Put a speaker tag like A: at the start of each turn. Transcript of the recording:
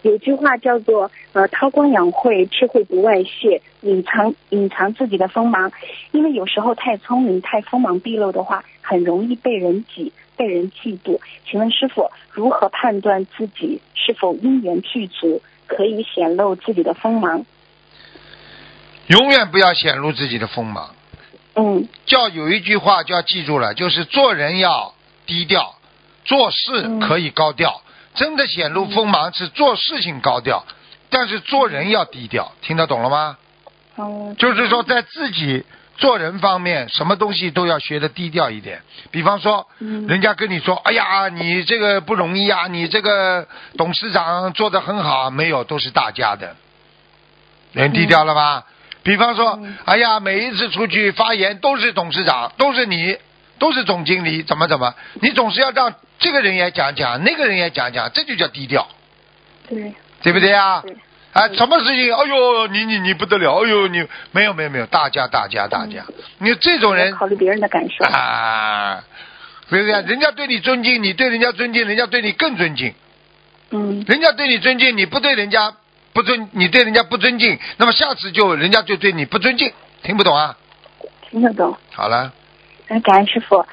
A: 有句话叫做呃韬光养晦，智慧不外泄，隐藏隐藏自己的锋芒。因为有时候太聪明、太锋芒毕露的话，很容易被人挤、被人嫉妒。请问师傅，如何判断自己是否因缘具足，可以显露自己的锋芒？
B: 永远不要显露自己的锋芒。
A: 嗯
B: 叫有一句话就要记住了，就是做人要低调，做事
A: 嗯
B: 可以高调。真的显露锋芒是做事情高调，但是做人要低调。听得懂了吗？
A: 嗯
B: 哦就是说，在自己做人方面，什么东西都要学的低调一点。比方说，
A: 嗯
B: 人家跟你说：“哎呀，你这个不容易啊，你这个董事长做的很好。”没有，都是大家的，人低调了吧？比方说
A: 嗯，
B: 哎呀，每一次出去发言都是董事长，都是你，都是总经理，怎么怎么？你总是要让这个人也讲讲，那个人也讲讲，这就叫低调，
A: 对
B: 对不对啊？
A: 对
B: 啊，什么事情？哎呦，你你你不得了！哎呦，你没有没有没有，大家大家大家，你这种人
A: 要嗯考虑嗯别人的感受。
B: 啊，对不对啊？人家对你尊敬，你对人家尊敬，人家对你更尊敬；
A: 嗯
B: 人家对你尊敬，你不对人家不尊，你对人家不尊敬，那么下次就人家就对你不尊敬。听不懂啊？
A: 听得懂。
B: 好了，
A: 哎，感恩师傅。